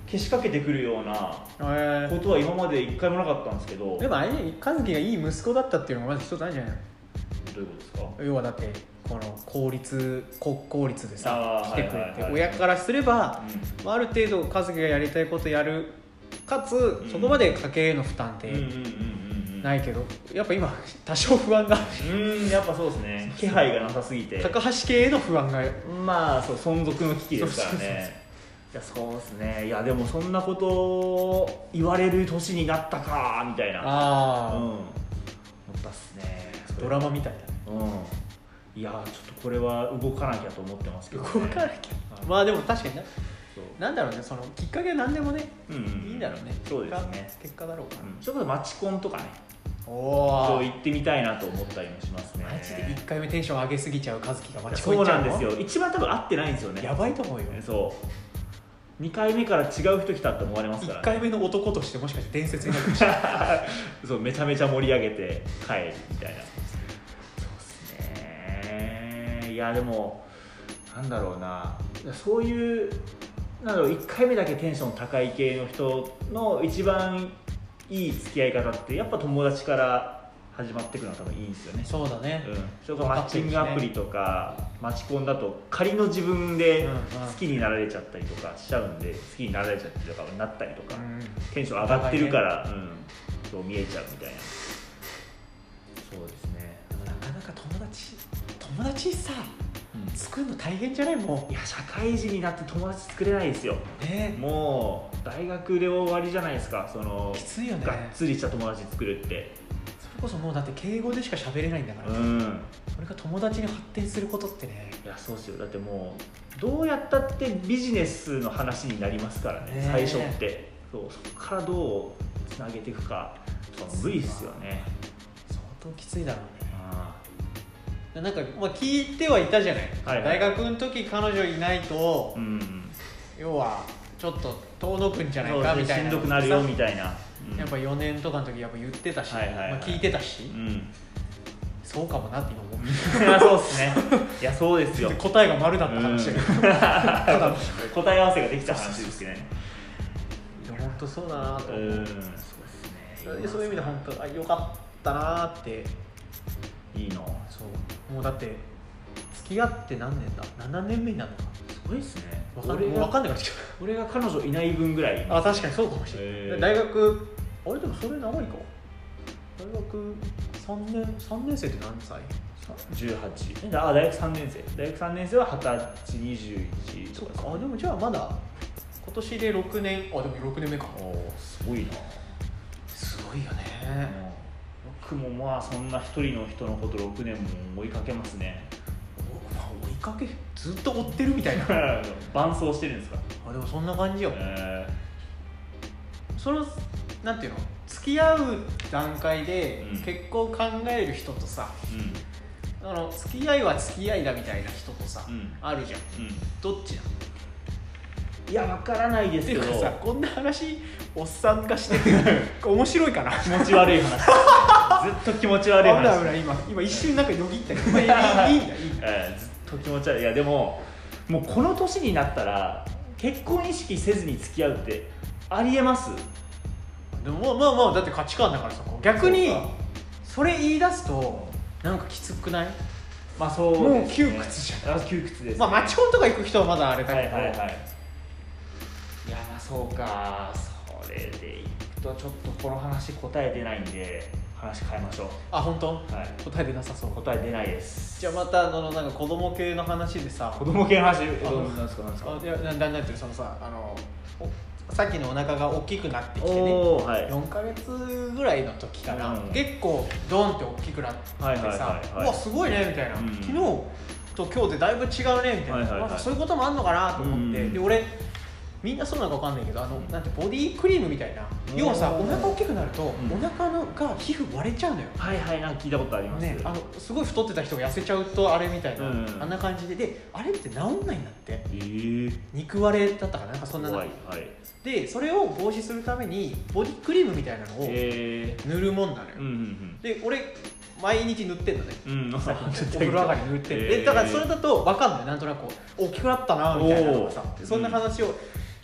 Speaker 2: けしかけてくるような
Speaker 1: え
Speaker 2: ことは今まで一回もなかったんですけどどう
Speaker 1: で
Speaker 2: いうこ
Speaker 1: もあれね和樹がいい息子だったっていうのがまず一つあるんじゃない
Speaker 2: とですか
Speaker 1: の要はだってこの公立国公立でさ
Speaker 2: あー
Speaker 1: 来てくれて、
Speaker 2: はいはいはい
Speaker 1: 親からすれば、
Speaker 2: う
Speaker 1: まあ、ある程度和樹がやりたいことやるかつ、
Speaker 2: ん
Speaker 1: そこまで家計への負担っ
Speaker 2: んうんうん
Speaker 1: て
Speaker 2: うんうん
Speaker 1: ないけど、やっぱ今多少不安が
Speaker 2: うーんやっぱそうですね気配がなさすぎて
Speaker 1: 高橋家への不安が
Speaker 2: まあそう存続の危機ですからねいやそうですねいやでもそんなことを言われる年になったかみたいなうん
Speaker 1: ああ、
Speaker 2: 思ったっすね
Speaker 1: ドラマみたいだね
Speaker 2: うんいやちょっとこれは動かなきゃと思ってますけ
Speaker 1: 動
Speaker 2: ど、ね、
Speaker 1: かなきゃまあでも確かにな
Speaker 2: そう
Speaker 1: なんだろうねそのきっかけは何でもね
Speaker 2: うんうん
Speaker 1: いいんだろうね
Speaker 2: そうですね
Speaker 1: 結果結果だろうか
Speaker 2: うんちょっとマチコンとかね
Speaker 1: ら
Speaker 2: ちょ
Speaker 1: お
Speaker 2: っと
Speaker 1: お
Speaker 2: 行ってみたいなと思ったりもしますね
Speaker 1: マジで1回目テンション上げすぎちゃう和樹が
Speaker 2: いや
Speaker 1: 待ちこ
Speaker 2: そ
Speaker 1: いうちゃ
Speaker 2: な
Speaker 1: うんの
Speaker 2: ですよ一番多分合ってないんですよね
Speaker 1: やばいと思うよ
Speaker 2: そう2回目から違う人来たって思われますから、
Speaker 1: 1
Speaker 2: ね、
Speaker 1: 回目の男としてもしかして伝説になるかもしれない
Speaker 2: そうめちゃめちゃ盛り上げて帰るみたいなそうっすねいやでもなんだろうなそういうなんだろう1回目だけテンション高い系の人の一番いい付き合い方ってやっぱ友達から始まってくのが多分いいんですよね
Speaker 1: そうだね、
Speaker 2: うん、 *laughs* それこそマッチングアプリとか、マチコンだと仮の自分で
Speaker 1: うんうん
Speaker 2: 好きになられちゃったりとかしちゃうんで好きになられちゃったりとかなったりとか、
Speaker 1: うん
Speaker 2: テンション上がってるから、うん、そう見えちゃうみたいなそうですね、
Speaker 1: でもなかなか友達友達さ
Speaker 2: うん
Speaker 1: 作るの大変じゃないも
Speaker 2: いや社会人になって友達作れないですよ
Speaker 1: うね
Speaker 2: もう大学で終わりじゃないですかその
Speaker 1: きついよね
Speaker 2: がっつりした友達作るって
Speaker 1: それこそもうだって敬語でしか喋れないんだから、
Speaker 2: うん
Speaker 1: それが友達に発展することってね
Speaker 2: いやそうですよだってもうどうやったってビジネスの話になりますからね
Speaker 1: ねえ
Speaker 2: 最初ってそうそこからどうつなげていくか無理っすよね
Speaker 1: 相当きついだろうね
Speaker 2: あ
Speaker 1: なんか、まあ、聞いてはいたじゃない、
Speaker 2: はいはい
Speaker 1: 大学の時彼女いないと
Speaker 2: ー、うん
Speaker 1: 要はちょっと遠のくんじゃない
Speaker 2: そ
Speaker 1: か
Speaker 2: うで
Speaker 1: み
Speaker 2: す
Speaker 1: たいな
Speaker 2: ねしんどくなるよみ
Speaker 1: さ
Speaker 2: たいな、うん
Speaker 1: やっぱ4年とかの時やっぱ言ってたし、
Speaker 2: はいはいはい
Speaker 1: まあ、聞いてたし、 *laughs*
Speaker 2: うん
Speaker 1: そうかもなって今思う
Speaker 2: まあそうですねいやそうですよ
Speaker 1: で答えが丸だった話だけど、ただ
Speaker 2: 答え合わせができた話ですね
Speaker 1: いや本当そうだなと思う、
Speaker 2: うん
Speaker 1: そ
Speaker 2: そう
Speaker 1: れ
Speaker 2: です
Speaker 1: で
Speaker 2: ね
Speaker 1: そういう意味で本当あよかったなって
Speaker 2: いいの
Speaker 1: そうもうだって付き合って何年だ7年目になるのか
Speaker 2: すごいですね
Speaker 1: 分かん
Speaker 2: 俺
Speaker 1: もう分
Speaker 2: が
Speaker 1: かんなくなってき
Speaker 2: 俺が彼女いない分ぐらい
Speaker 1: たあ確かにそうかもしれない、
Speaker 2: へー
Speaker 1: 大学あれでもそれ長いか大学3年3年生って何歳
Speaker 2: 18あ大学3年生大学3年生は二十歳21
Speaker 1: そ
Speaker 2: と
Speaker 1: っ
Speaker 2: か
Speaker 1: かあでもじゃあまだ今年で6年あでも6年目か
Speaker 2: おーすごいな
Speaker 1: すごいよね
Speaker 2: 僕もまあそんな一人の人のこと6年も追いかけますね
Speaker 1: おまあ追いかけずっと追ってるみたいな
Speaker 2: *laughs* 伴走してるんですか
Speaker 1: あでもそんな感じよ
Speaker 2: え
Speaker 1: そのなんていうの付き合う段階で
Speaker 2: うん
Speaker 1: 結婚を考える人とさ、
Speaker 2: ーう
Speaker 1: あの付き合いは付き合いだみたいな人とさ、
Speaker 2: んうん
Speaker 1: あるじゃん
Speaker 2: うん
Speaker 1: どっちだ
Speaker 2: いやわからないです
Speaker 1: ていう
Speaker 2: けど
Speaker 1: かさこんな話おっさんがしてて面白い
Speaker 2: *laughs*
Speaker 1: かな
Speaker 2: 気持ち悪い話ずっと気持ち悪い
Speaker 1: 危ない
Speaker 2: 話
Speaker 1: 危ない今今一瞬なんかよぎったけど、まあ、いいいいんだいいんだ
Speaker 2: えーずっと気持ち悪いいやでももうこの年になったら結婚意識せずに付き合うってありえます
Speaker 1: でもまあまあまあだって価値観だからさこう逆に
Speaker 2: そうか
Speaker 1: それ言い出すとなんかきつくない
Speaker 2: まあそう
Speaker 1: もう窮屈じ
Speaker 2: ゃんあ窮屈です、
Speaker 1: まあマチコンとか行く人はまだあれだ
Speaker 2: は
Speaker 1: け
Speaker 2: い
Speaker 1: ど、
Speaker 2: はいはいいやまあそうかそれでいくとちょっとこの話答え出ないんで話変えましょ
Speaker 1: あ本当
Speaker 2: うはい
Speaker 1: 答え出なさそう
Speaker 2: 答え出ないです
Speaker 1: じゃあまたあのなんか子供系の話でさ
Speaker 2: 子供系の話
Speaker 1: あ
Speaker 2: どうなんですかなんですか
Speaker 1: あいやななんだってそのさあのおさっきのお腹が大きくなってきてね
Speaker 2: おーはい
Speaker 1: 4か月ぐらいの時かな、
Speaker 2: うん
Speaker 1: 結構ドンって大きくなってさ、
Speaker 2: はいはいはいはいう
Speaker 1: わすごいねみたいな、
Speaker 2: うん
Speaker 1: 昨日と今日でだいぶ違うねみたいな,、
Speaker 2: はいはいはい
Speaker 1: なんかそういうこともあんのかなと思って、
Speaker 2: うん
Speaker 1: で俺みんなそうなのか分かんないけどあの、
Speaker 2: うん
Speaker 1: なんてボディクリームみたいな、
Speaker 2: うん
Speaker 1: 要はさお腹大きくなると、
Speaker 2: ん
Speaker 1: お腹のが皮膚割れちゃうのよ、
Speaker 2: はいはいなんか聞いたことあります
Speaker 1: ね、あのすごい太ってた人が痩せちゃうとあれみたいな、
Speaker 2: うんうん
Speaker 1: あんな感じでであれって治んないんだって
Speaker 2: えー、
Speaker 1: 肉割れだったかななんかそんな
Speaker 2: 怖いはい
Speaker 1: でそれを防止するためにボディクリームみたいなのを
Speaker 2: え
Speaker 1: 塗るもんなのよ、
Speaker 2: ー、うんうん
Speaker 1: で俺毎日塗ってんだね
Speaker 2: うん *laughs* うんお
Speaker 1: *laughs* お風呂上がりに塗ってんの
Speaker 2: え
Speaker 1: で
Speaker 2: ー
Speaker 1: だからそれだと分かんないなんとなくこう大きくなったなみたいなのがさ
Speaker 2: おー
Speaker 1: そんな話を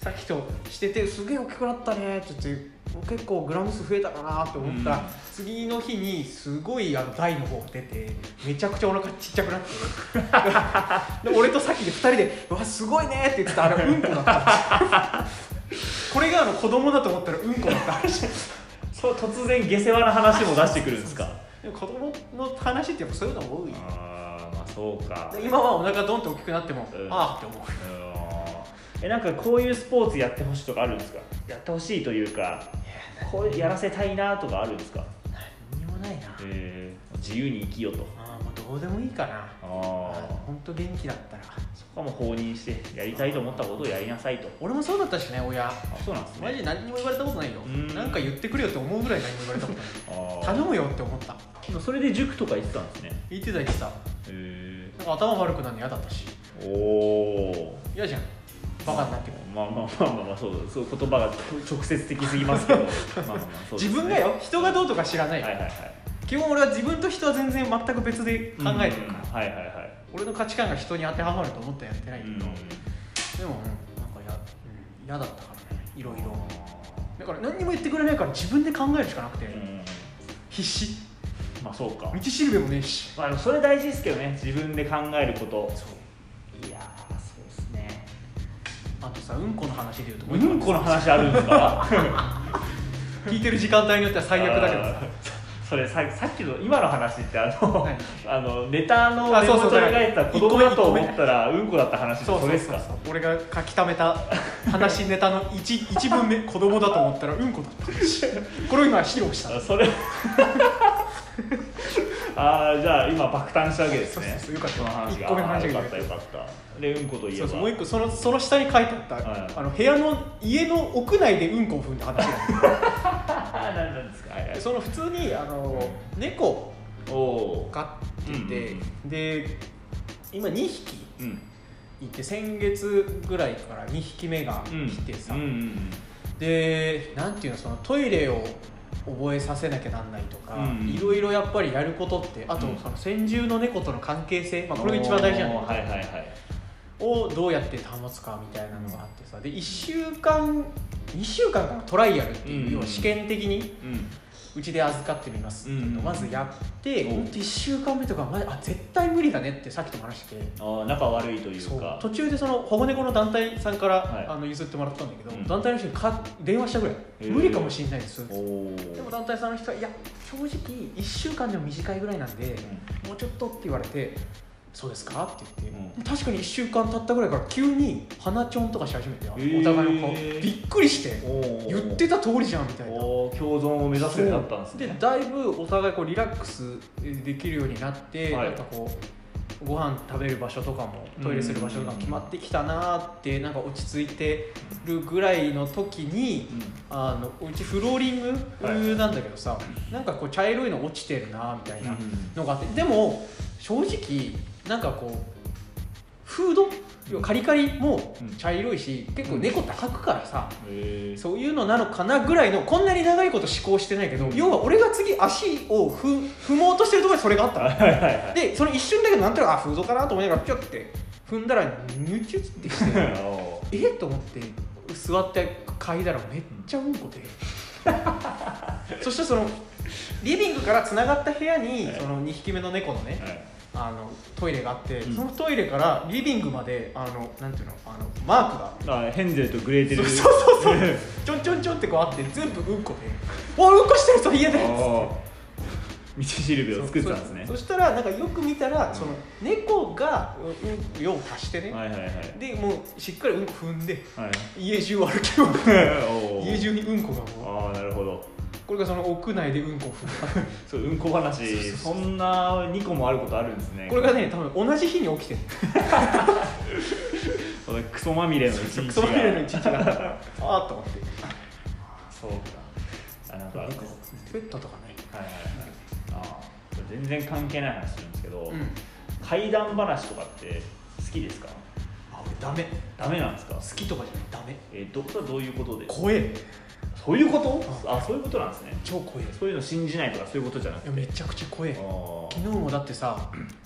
Speaker 1: さっきとしててすげえ大きくなったねちょっと結構グラム数増えたかなって思ったら、
Speaker 2: うん
Speaker 1: 次の日にすごいあの台の方が出てめちゃくちゃお腹ちっちゃくなって *laughs* で俺とさっきで2人で「うわすごいね」って言ってたあれうんこだった *laughs* これがあの子供だと思ったらうんこだった話
Speaker 2: そう突然下世話な話も出してくるんですか
Speaker 1: でも子供の話ってやっぱそういうの多いよ
Speaker 2: *laughs* あーまあそうか
Speaker 1: で今はお腹ドンと大きくなっても、
Speaker 2: うん
Speaker 1: ああって思う
Speaker 2: うんえなんかこういうスポーツやってほしいとかあるんですかやってほしいというかこういうやらせたいなとかあるんですか
Speaker 1: 何にもないな、
Speaker 2: えー自由に生きようと
Speaker 1: ああもうどうでもいいかな
Speaker 2: あー
Speaker 1: 本当元気だったら
Speaker 2: そこはもう放任してやりたいと思ったことをやりなさいと
Speaker 1: 俺もそうだったしね親
Speaker 2: あそうなんです
Speaker 1: マジ
Speaker 2: ね
Speaker 1: で何にも言われたことないよ
Speaker 2: うん
Speaker 1: なんか言ってくれよって思うぐらい何も言われたことない
Speaker 2: あー
Speaker 1: 頼むよって思った
Speaker 2: それで塾とか行ってたんですね
Speaker 1: 言ってた言ってた
Speaker 2: へ
Speaker 1: なんか頭悪くなるの嫌だったし
Speaker 2: えおお
Speaker 1: 嫌じゃんバカになってくる
Speaker 2: まあまあまあまあまあそうだそう言葉が直接的すぎますけど *laughs* まあまあまあそうで
Speaker 1: 自
Speaker 2: すね
Speaker 1: 分がよ人がどうとか知らな
Speaker 2: はいい
Speaker 1: よ、
Speaker 2: はいはい
Speaker 1: 基本俺は自分と人は全然全く別で考えてるから、
Speaker 2: うんはいはいはい
Speaker 1: 俺の価値観が人に当てはまると思ったらやってないけど、
Speaker 2: うん
Speaker 1: でも、うんなんかやうん嫌だったからねいろいろだから何にも言ってくれないから自分で考えるしかなくて、
Speaker 2: うん
Speaker 1: 必死
Speaker 2: まあそうか
Speaker 1: 道しるべもねえし
Speaker 2: まあでもそれ大事ですけどね自分で考えることいやーそうですね
Speaker 1: あとさうんこの話でいうとも
Speaker 2: う
Speaker 1: う一個
Speaker 2: んこの話あるんですか
Speaker 1: 聞いてる時間帯によっては最悪だけど
Speaker 2: あ
Speaker 1: さ
Speaker 2: ー *laughs* それささっきの今の話ってあの,、
Speaker 1: はい
Speaker 2: *laughs* あのネタの
Speaker 1: あ
Speaker 2: 根
Speaker 1: そうそう
Speaker 2: 元
Speaker 1: だ
Speaker 2: に
Speaker 1: から
Speaker 2: 書いた子供だと思
Speaker 1: 一個目
Speaker 2: ったらうんこだった話って
Speaker 1: そう
Speaker 2: そ
Speaker 1: そう
Speaker 2: れ
Speaker 1: そう
Speaker 2: で
Speaker 1: そ
Speaker 2: す
Speaker 1: う
Speaker 2: か
Speaker 1: 俺が書き溜めた話ネタの 1, 一 *laughs* 文目子供だと思ったらうんこだった話これを今披露した
Speaker 2: あそれ *laughs* ああじゃあ今爆誕したわけですね
Speaker 1: そうそうそうよかった
Speaker 2: その話が
Speaker 1: 一個目の話が
Speaker 2: あーよかったよかったでうんこと言え
Speaker 1: そ
Speaker 2: ば
Speaker 1: うそうもう一個そのその下に書いてあった、
Speaker 2: はい
Speaker 1: あの部屋の家の屋内でうんこを踏んだ話なんで
Speaker 2: あーなんなんですかはいはい
Speaker 1: す *laughs* その普通にあの猫を
Speaker 2: おおー
Speaker 1: 飼ってて、
Speaker 2: うんうん
Speaker 1: で今2匹
Speaker 2: うん
Speaker 1: いて先月ぐらいから2匹目が
Speaker 2: うん
Speaker 1: 来てさ、
Speaker 2: うんうんうん
Speaker 1: でなんていうのそのトイレを覚えさせなきゃなんないとか、
Speaker 2: うん
Speaker 1: いろいろやっぱりやることってあと、
Speaker 2: うん
Speaker 1: その先住の猫との関係性、まあ、これが一番大事じゃない
Speaker 2: おーはいはいはい
Speaker 1: をどうやって保つかみたいなのがあってさで1週間2週間かなトライアルっていう、
Speaker 2: うん
Speaker 1: 要は試験的に
Speaker 2: うん
Speaker 1: うちで預かってみますっていうのを
Speaker 2: うん
Speaker 1: まずやって、
Speaker 2: うん
Speaker 1: ほんと1週間目とかまあ絶対無理だねってさっきとも話してて。
Speaker 2: あー仲悪いとい
Speaker 1: そうう
Speaker 2: か
Speaker 1: 途中でその保護猫の団体さんから、
Speaker 2: はい
Speaker 1: あの譲ってもらったんだけど、
Speaker 2: うん
Speaker 1: 団体の人にか電話したぐらい
Speaker 2: へー
Speaker 1: 無理かもしれないです
Speaker 2: お
Speaker 1: で
Speaker 2: お
Speaker 1: も団体さんの人はいや正直1週間でも短いぐらいなんで、もうちょっとって言われてそうですかって言って、
Speaker 2: うん
Speaker 1: 確かに1週間経ったぐらいから急に鼻ちょんとかし始めて、
Speaker 2: ー
Speaker 1: お互いの顔びっくりして
Speaker 2: お
Speaker 1: 言って
Speaker 2: た
Speaker 1: た通りじゃんみたいな
Speaker 2: おー共存を目指すようになったんですね
Speaker 1: でだいぶお互いこうリラックスできるようになって、
Speaker 2: はい
Speaker 1: なんかこうご飯食べる場所とかもトイレする場所とかも決まってきたなーってなんか落ち着いてるぐらいの時にあのうちフローリングなんだけどさ、なんかこう茶色いの落ちてるなーみたいなのがあって、でも正直なんかこうフード要はカリカリも茶色いし、結構猫高くからさ、
Speaker 2: え
Speaker 1: そういうのなのかなぐらいのこんなに長いこと思考してないけど、
Speaker 2: うん
Speaker 1: 要は俺が次足をふ踏もうとしてるところにそれがあったの
Speaker 2: はいはいはい
Speaker 1: でその一瞬だけどなんとなくあフードかなと思いながらピョって踏んだらニュチュッてして
Speaker 2: おー
Speaker 1: えっと思って座って嗅いだらめっちゃうんこで *laughs* そしてそのリビングからつながった部屋に、
Speaker 2: はい
Speaker 1: その2匹目の猫のね
Speaker 2: はい
Speaker 1: あのトイレがあって、
Speaker 2: うん
Speaker 1: そのトイレからリビングまであのなんていうのあのマークが
Speaker 2: あヘンゼルとグレーテル
Speaker 1: そうそうそうそうちょんちょんちょんってこうあって全部うんこで「おいうんこしてるぞ家で」
Speaker 2: あー道しるべを作ってたんですね
Speaker 1: そそしたらなんかよく見たらその猫がうん用を足してね、
Speaker 2: はいはいはい
Speaker 1: でもうしっかりうんこ踏んで
Speaker 2: はい
Speaker 1: 家中を歩き回る
Speaker 2: おー
Speaker 1: 家中にうんこがもう
Speaker 2: ああなるほど
Speaker 1: これがその屋内でうんこを踏んだ
Speaker 2: そううんこ話そんな2個もあることあるんですね
Speaker 1: これがね多分同じ日に起きてる
Speaker 2: このクソまみれの一日が
Speaker 1: クソまみれの一日があーっと思って
Speaker 2: そうかあなんかはいはい
Speaker 1: 猫ペットとかね
Speaker 2: はいあー全然関係ない話するんですけど、
Speaker 1: うん
Speaker 2: 怪談話とかって好きですか
Speaker 1: あ俺ダメ
Speaker 2: ダメなんですか
Speaker 1: 好きとかじゃないダメ
Speaker 2: えーどそれはどういうことで
Speaker 1: 怖え
Speaker 2: そういうことあそういうことなんですね
Speaker 1: 超怖え
Speaker 2: そういうの信じないとかそういうことじゃなく
Speaker 1: い
Speaker 2: て
Speaker 1: やめちゃくちゃ怖え
Speaker 2: あー
Speaker 1: 昨日もだってさ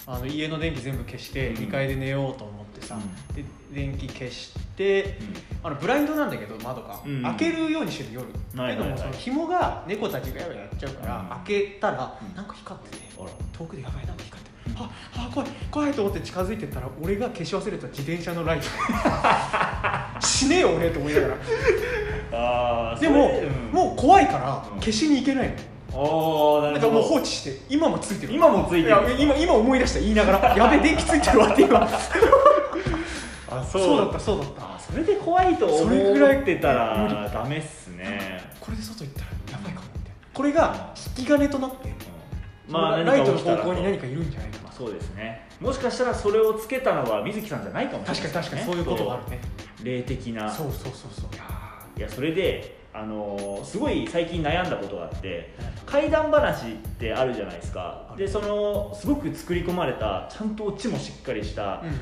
Speaker 1: あの家の電気全部消して
Speaker 2: うん
Speaker 1: 2階で寝ようと思ってさ、
Speaker 2: う
Speaker 1: で電気消してあのブラインドなんだけど窓が、
Speaker 2: うん
Speaker 1: 開けるようにしてる夜、
Speaker 2: はいはいはい
Speaker 1: でもその紐が猫たちがやばいやっちゃうから、
Speaker 2: うん
Speaker 1: 開けたら、
Speaker 2: うん
Speaker 1: なんか光ってて
Speaker 2: あら
Speaker 1: 遠くでやばいなんか光って
Speaker 2: うん
Speaker 1: て、ああ怖い怖いと思って近づいてったら俺が消し忘れた自転車のラ
Speaker 2: *laughs*
Speaker 1: イト死ねえよ俺と思いながら
Speaker 2: あー
Speaker 1: でも、
Speaker 2: それん
Speaker 1: もう怖いから
Speaker 2: うん
Speaker 1: 消しに行けないの、
Speaker 2: ああな
Speaker 1: なん
Speaker 2: る
Speaker 1: か
Speaker 2: ほ
Speaker 1: もう放
Speaker 2: ど
Speaker 1: 置して今もついてる
Speaker 2: 今もついてる
Speaker 1: や今今思い出した言いなが *laughs* らやべ電気ついてるわって *laughs* 今
Speaker 2: あ
Speaker 1: そうだったそうだった
Speaker 2: あそれで怖いと思
Speaker 1: それぐらい
Speaker 2: ってた
Speaker 1: 無
Speaker 2: らダメっすね、
Speaker 1: これで外行ったらやばいかもってこれが引き金となって
Speaker 2: うんまあ
Speaker 1: ライトの
Speaker 2: 何か起き
Speaker 1: 方
Speaker 2: たら
Speaker 1: 向に何かいるんじゃないかな
Speaker 2: まあそうですねもしかしたらそれをつけたのは水木さんじゃないかもしれな
Speaker 1: 確
Speaker 2: い
Speaker 1: か
Speaker 2: で
Speaker 1: に
Speaker 2: す
Speaker 1: 確か
Speaker 2: ね、
Speaker 1: にそういうことがあるね
Speaker 2: そう霊的な
Speaker 1: そうそうそうそう
Speaker 2: いやそれであのーすごい最近悩んだことがあって怪談話ってあるじゃないですか
Speaker 1: ある
Speaker 2: でそのすごく作り込まれたちゃんとオチもしっかりした、
Speaker 1: うん
Speaker 2: め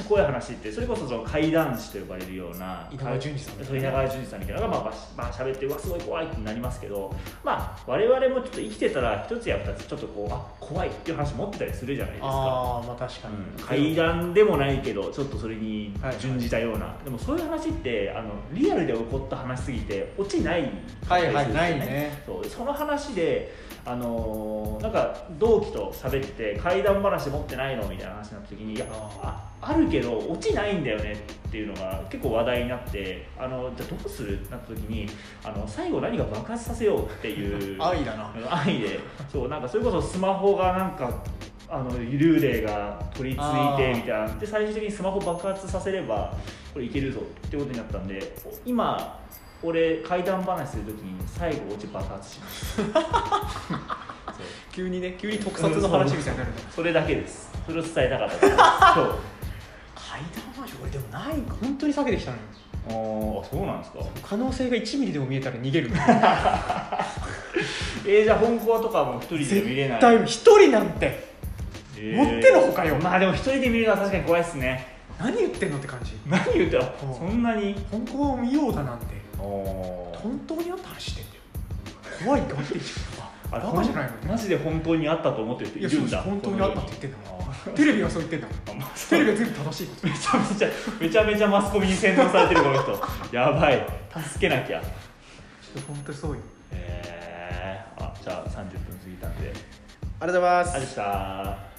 Speaker 2: っちゃ怖い話ってそれこそその怪談師と呼ばれるような
Speaker 1: 稲川淳二さんみたい
Speaker 2: そ
Speaker 1: な
Speaker 2: う稲川淳二さんみたいなのがまあばし、まあ、喋ってうわすごい怖いってなりますけどまあ我々もちょっと生きてたら一つや二つちょっとこうあ怖いっていう話持ってたりするじゃないですか
Speaker 1: ああまあ確か
Speaker 2: うん
Speaker 1: に
Speaker 2: 階
Speaker 1: だ
Speaker 2: 段でもないけどちょっとそれに
Speaker 1: はい
Speaker 2: 準じたような、でもそういう話ってあのリアルで起こった話すぎて落ちない
Speaker 1: はいはい
Speaker 2: ですよ
Speaker 1: ないね
Speaker 2: そうその話で、あのーなんか同期と喋ってて怪談話持ってないのみたいな話になった時にいやあ
Speaker 1: あ
Speaker 2: あるけど落ちないんだよねっていうのが結構話題になってあのじゃあどうするってなった時にあの最後何か爆発させようって
Speaker 1: *laughs*
Speaker 2: いう
Speaker 1: 愛だな
Speaker 2: 安易でそうなんかそれこそスマホがなんかあの幽霊が取り付いてみたいなで最終的にスマホ爆発させればこれいけるぞってことになったんで今俺怪談話するときに最後オチ爆発します *laughs* そう
Speaker 1: 急にね急に特撮の話みたいになるね
Speaker 2: それだけですそれを伝えたかっただけで
Speaker 1: 階
Speaker 2: す
Speaker 1: 段話俺でもない本当に避けてきたのよ
Speaker 2: そうあーそうなんですか
Speaker 1: 可能性が1ミリでも見えたら逃げる
Speaker 2: えー、じゃあ本校とかも一人で見れな
Speaker 1: 絶
Speaker 2: い
Speaker 1: 対一人なんて
Speaker 2: えー
Speaker 1: 持ってのほかよ
Speaker 2: まあでも一人で見るのは確かに怖いっすね
Speaker 1: 何言ってんのって感じ
Speaker 2: 何言ったら
Speaker 1: うん
Speaker 2: そんなに
Speaker 1: 本校を見ようだなんて
Speaker 2: お
Speaker 1: 本当にあった話してんだよ怖いって思ってんじゃんバカじゃないの
Speaker 2: マジで本当にあったと思ってる人
Speaker 1: い
Speaker 2: い
Speaker 1: や
Speaker 2: る
Speaker 1: そうんです
Speaker 2: だ
Speaker 1: 本当にあったって言ってんだも
Speaker 2: あ
Speaker 1: んテレビはそう言ってんだもん
Speaker 2: ーまあそ
Speaker 1: テレ
Speaker 2: う
Speaker 1: ビは全部正しいこと
Speaker 2: めちゃめちゃめちゃめちゃマスコミに洗脳されてるこの人
Speaker 1: *laughs*
Speaker 2: やばい助けなきゃ
Speaker 1: ちょっと本当にそうよ
Speaker 2: えー、あじゃあ30分過ぎたん
Speaker 1: あ
Speaker 2: で
Speaker 1: りがとうございま
Speaker 2: ありがとうございました